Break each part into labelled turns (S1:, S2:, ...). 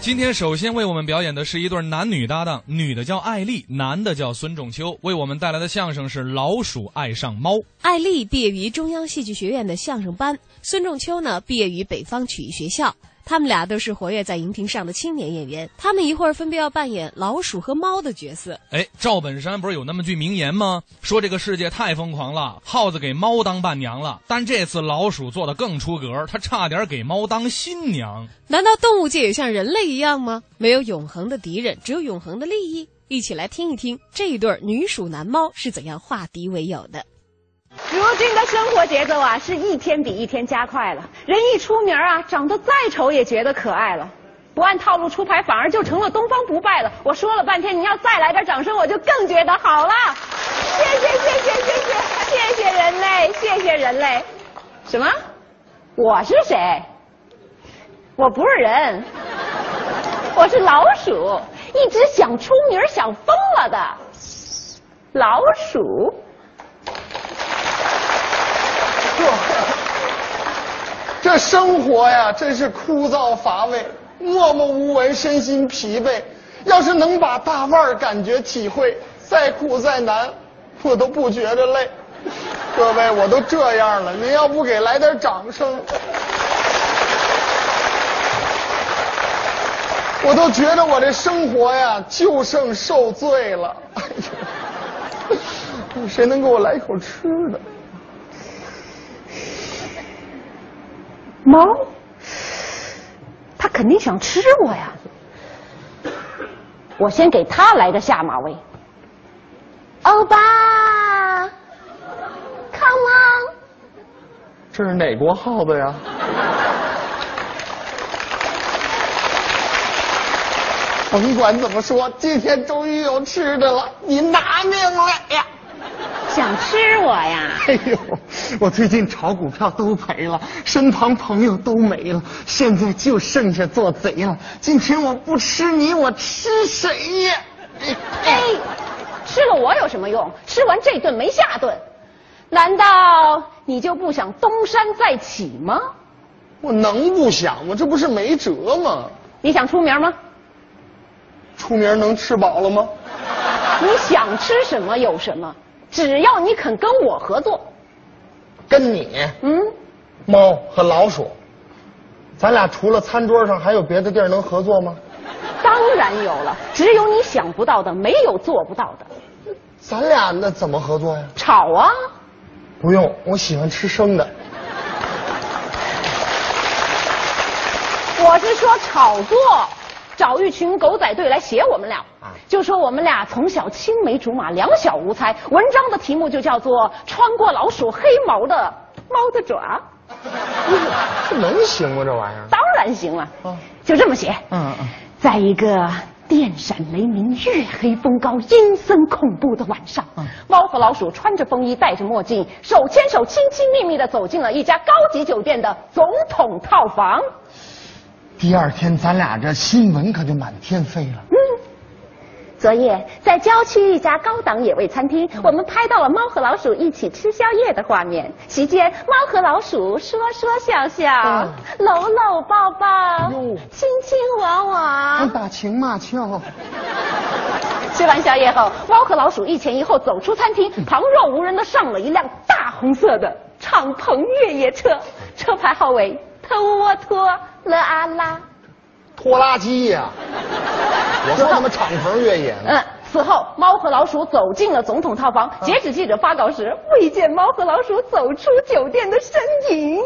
S1: 今天首先为我们表演的是一对男女搭档，女的叫艾丽，男的叫孙仲秋，为我们带来的相声是《老鼠爱上猫》。
S2: 艾丽毕业于中央戏剧学院的相声班，孙仲秋呢毕业于北方曲艺学校。他们俩都是活跃在荧屏上的青年演员，他们一会儿分别要扮演老鼠和猫的角色。
S1: 哎，赵本山不是有那么句名言吗？说这个世界太疯狂了，耗子给猫当伴娘了。但这次老鼠做的更出格，它差点给猫当新娘。
S2: 难道动物界也像人类一样吗？没有永恒的敌人，只有永恒的利益。一起来听一听这一对女鼠男猫是怎样化敌为友的。
S3: 如今的生活节奏啊，是一天比一天加快了。人一出名啊，长得再丑也觉得可爱了。不按套路出牌，反而就成了东方不败了。我说了半天，你要再来点掌声，我就更觉得好了。谢谢谢谢谢谢谢谢人类，谢谢人类。什么？我是谁？我不是人，我是老鼠，一直想出名儿想疯了的老鼠。
S4: 这生活呀，真是枯燥乏味，默默无闻，身心疲惫。要是能把大腕儿感觉体会，再苦再难，我都不觉着累。各位，我都这样了，您要不给来点掌声，我都觉得我这生活呀，就剩受罪了。 哎呦，谁能给我来口吃的？
S3: 猫，它肯定想吃我呀。我先给它来个下马威。欧巴，Come on，
S4: 这是哪国耗子呀？甭管怎么说，今天终于有吃的了，你拿命来呀！
S3: 想吃我呀？
S4: 哎呦，我最近炒股票都赔了，身旁朋友都没了，现在就剩下做贼了。今天我不吃你，我吃谁呀？
S3: 哎，吃了我有什么用？吃完这顿没下顿，难道你就不想东山再起吗？
S4: 我能不想吗？这不是没辙吗？
S3: 你想出名吗？
S4: 出名能吃饱了吗？
S3: 你想吃什么有什么，只要你肯跟我合作，
S4: 跟你
S3: 嗯，
S4: 猫和老鼠，咱俩除了餐桌上，还有别的地儿能合作吗？
S3: 当然有了，只有你想不到的，没有做不到的。
S4: 咱俩那怎么合作呀？
S3: 吵啊！
S4: 不用，我喜欢吃生的。
S3: 我是说炒作，找一群狗仔队来写我们俩，就说我们俩从小青梅竹马，两小无猜。文章的题目就叫做《穿过老鼠黑毛的猫的爪
S4: 这能行吗？这玩意》，儿？
S3: 当然行了
S4: 嗯，
S3: 就这么写。
S4: 嗯嗯，
S3: 在一个电闪雷鸣、月黑风高、阴森恐怖的晚上，猫和老鼠穿着风衣、戴着墨镜，手牵手、亲亲密密的走进了一家高级酒店的总统套房。
S4: 第二天咱俩这新闻可就满天飞了。
S3: 昨夜在郊区一家高档野味餐厅，我们拍到了猫和老鼠一起吃宵夜的画面。席间，猫和老鼠说说笑笑，搂搂抱抱，
S4: 呦
S3: 亲亲我
S4: 还
S3: 我。
S4: 打情骂俏，
S3: 吃完宵夜后，猫和老鼠一前一后走出餐厅，旁若无人的上了一辆大红色的敞篷越野车，车牌号为特沃托勒阿拉。
S4: 拖拉机呀、我说他妈敞篷越野呢，
S3: 嗯，此后，猫和老鼠走进了总统套房。截止记者发稿时，未见猫和老鼠走出酒店的身影。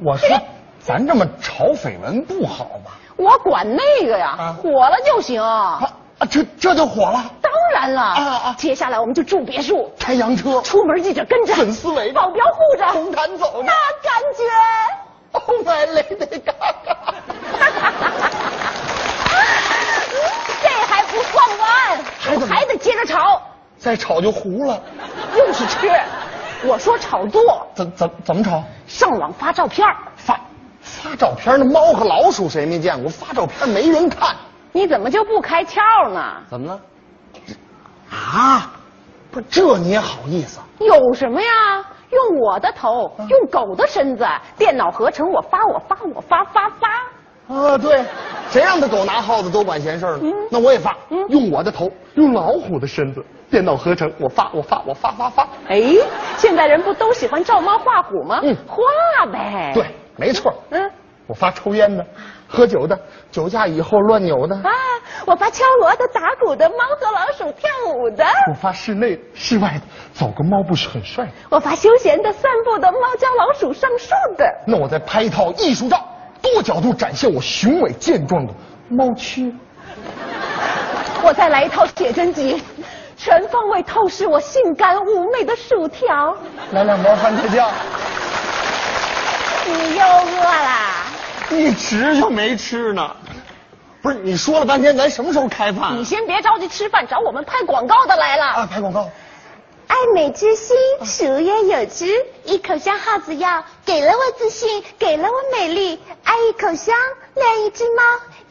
S4: 我说咱这么炒绯闻不好吧？
S3: 我管那个呀，
S4: 啊
S3: 火了就行。
S4: 啊啊，这这就火了，
S3: 当然了，
S4: 啊啊
S3: 接下来我们就住别墅，
S4: 开洋 车，
S3: 出门记者跟着，
S4: 粉丝围着
S3: 保镖护着，
S4: 红毯走着
S3: 那感觉。
S4: ，Oh my lady Gaga，
S3: 这还不算完，
S4: 还怎么
S3: 还得接着炒，
S4: 再炒就糊了，
S3: 又是吃。我说炒作，
S4: 怎怎怎么炒？
S3: 上网发照片儿
S4: 发发照片那猫和老鼠谁没见过？发照片没人看，
S3: 你怎么就不开窍呢？
S4: 怎么了？啊，不是这你也好意思啊？
S3: 有什么呀？
S4: 嗯
S3: 用我的头，用狗的身子，电脑合成我发我发我发发发，
S4: 啊，对，谁让他狗拿耗子多管闲事儿呢？
S5: 嗯
S4: 那我也发，用我的头，用老虎的身子，电脑合成，我发，我发，我发发发。
S5: 哎，现在人不都喜欢照猫画虎吗？
S4: 嗯
S5: 画呗。
S4: 对，，没错，
S5: 嗯
S4: 我发抽烟的，喝酒的，酒驾以后乱扭的，
S5: 啊，我发敲锣的、打鼓的、猫和老鼠跳舞的，
S4: 我发室内的、室外的，走个猫不是很帅吗？
S5: 我发休闲的、散步的、猫教老鼠上树的。
S4: 那我再拍一套艺术照，多角度展现我雄伟健壮的猫躯。
S5: 我再来一套写真集，全方位透视我性感妩媚的薯条。
S4: 来两包番茄酱，
S5: 你又饿啦？
S4: 一直就没吃呢。不是你说了半天，咱什么时候开饭啊
S5: 你先别着急吃饭，找我们拍广告的来了。
S4: 啊，拍广告。
S5: 爱美之心，鼠也有之。一口香耗子药，给了我自信，给了我美丽。爱一口香，恋一只猫，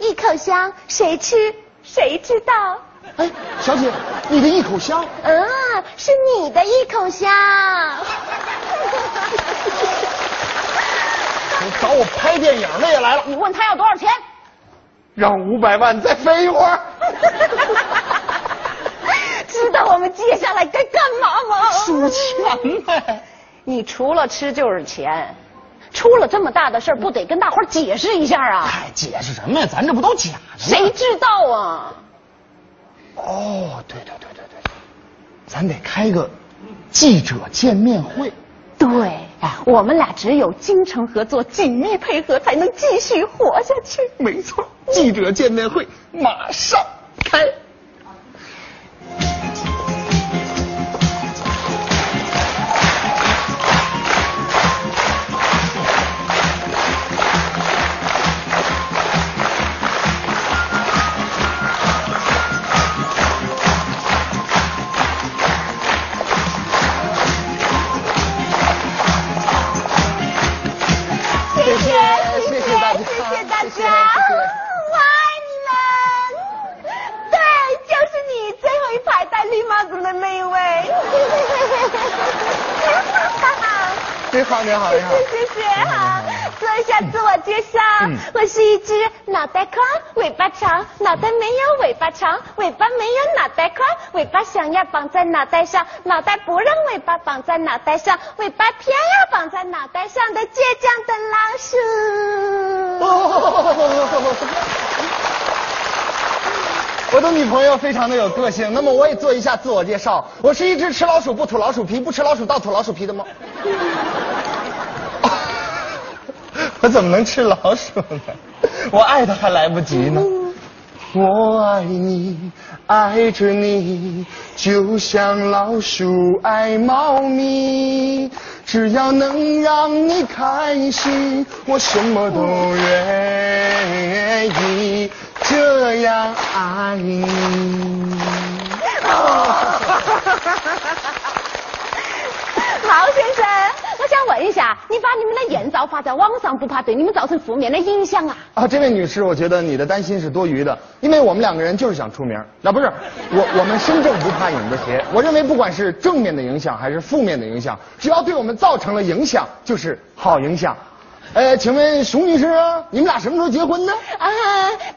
S5: 一口香，谁吃谁知道。啊
S4: 哎，小姐，你的一口香，
S5: 嗯，是你的一口香。
S4: 找我拍电影的也来了，
S5: 你问他要多少钱？
S4: 让五百万再飞一会儿。
S5: 知道我们接下来该干嘛吗？
S4: 数钱呗。
S5: 你除了吃就是钱，出了这么大的事儿，不得跟大伙儿解释一下啊？
S4: 哎，解释什么呀？咱这不都假的吗？
S5: 谁知道啊？
S4: 哦，对对对对对，咱得开个记者见面会。
S5: 对
S4: 啊，
S5: 我们俩只有精诚合作、紧密配合，才能继续活下去。
S4: 没错，记者见面会马上开。
S5: 谢谢，
S4: 谢谢大家
S5: 谢谢大
S4: 谢谢
S5: 家，我爱你们。对，就是你最后一排戴绿帽子的那一位。 哈哈。
S4: 你好，你好，你好。
S5: 谢谢哈，做一下自我介绍，我是一只脑袋宽、尾巴长，脑袋没有尾巴长，尾巴没有脑袋宽，尾巴想要绑在脑袋上，脑袋不让尾巴绑在脑袋上，尾巴偏要绑在脑袋上的倔强的老鼠。
S4: 哦 我的女朋友非常的有个性，那么我也做一下自我介绍，我是一只吃老鼠不吐老鼠皮，不吃老鼠倒吐老鼠皮的猫。 我怎么能吃老鼠呢？我爱它还来不及呢。我爱你，爱着你，就像老鼠爱猫咪。只要能让你开心，我什么都愿意。这样爱你。
S5: 毛先生，我想问一下，你把你们的艳照发在网上，不怕对你们造成负面的影响啊？
S4: 啊，这位女士，我觉得你的担心是多余的，因为我们两个人就是想出名。啊，不是，我我们身正不怕影子斜。我认为，不管是正面的影响还是负面的影响，只要对我们造成了影响，就是好影响。呃，请问熊女士，啊你们俩什么时候结婚呢？
S5: 啊，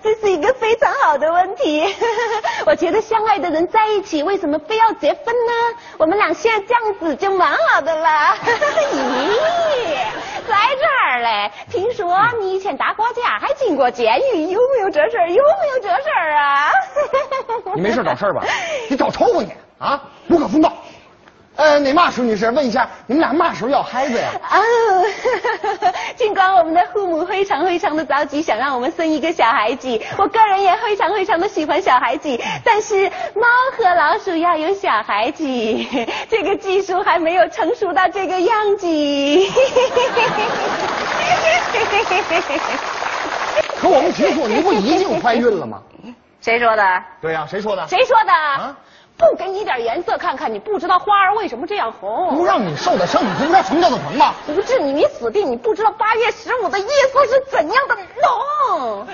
S5: 这是一个非常好的问题。 我觉得相爱的人在一起，为什么非要结婚呢？我们俩现在这样子就蛮好的了。 咦，在这儿嘞，听说你以前打过架，还进过监狱，有没有这事儿？有没有这事儿啊？
S4: 你没事找事儿吧？你找抽吧你啊！无可奉告。呃，哪嘛熊女士，问一下，你们俩嘛时候要孩子呀？
S5: 哦， 尽管我们的父母非常非常的着急，想让我们生一个小孩子，我个人也非常非常的喜欢小孩子，但是猫和老鼠要有小孩子，这个技术还没有成熟到这个样子。
S4: 可我们听说您不已经怀孕了吗？
S5: 谁说的？
S4: 对呀、谁说的？
S5: 谁说的？
S4: 啊
S5: 不给你点颜色看看，你不知道花儿为什么这样红。
S4: 不让你受的伤，你不知道什么叫做疼吗？
S5: 不治你，你死定！你不知道八月十五的夜色是怎样的浓。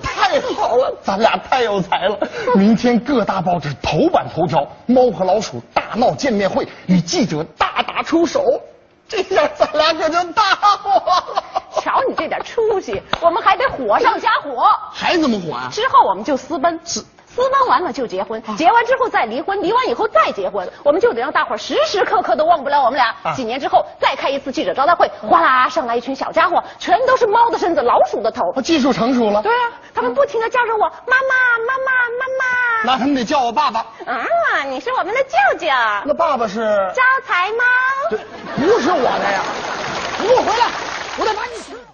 S4: 太好了，咱俩太有才了！明天各大报纸头版头条，猫和老鼠大闹见面会，与记者大打出手，这样咱俩可就大火了。
S3: 瞧你这点出息，我们还得火上加火。
S4: 还怎么火啊？
S3: 之后我们就私奔，私奔完了就结婚，结完之后再离婚，离完以后再结婚，我们就得让大伙儿时时刻刻都忘不了我们俩。
S4: 啊
S3: 几年之后再开一次记者招待会，哗啦上来一群小家伙，全都是猫的身子，老鼠的头。
S4: 我技术成熟了，
S3: 对啊，他们不停的叫着我妈妈妈妈妈妈。
S4: 那他们得叫我爸爸。
S3: 啊，你是我们的舅舅，
S4: 那爸爸是？
S3: 招财猫。
S4: 对，不是我的呀！你给我回来，我得把你。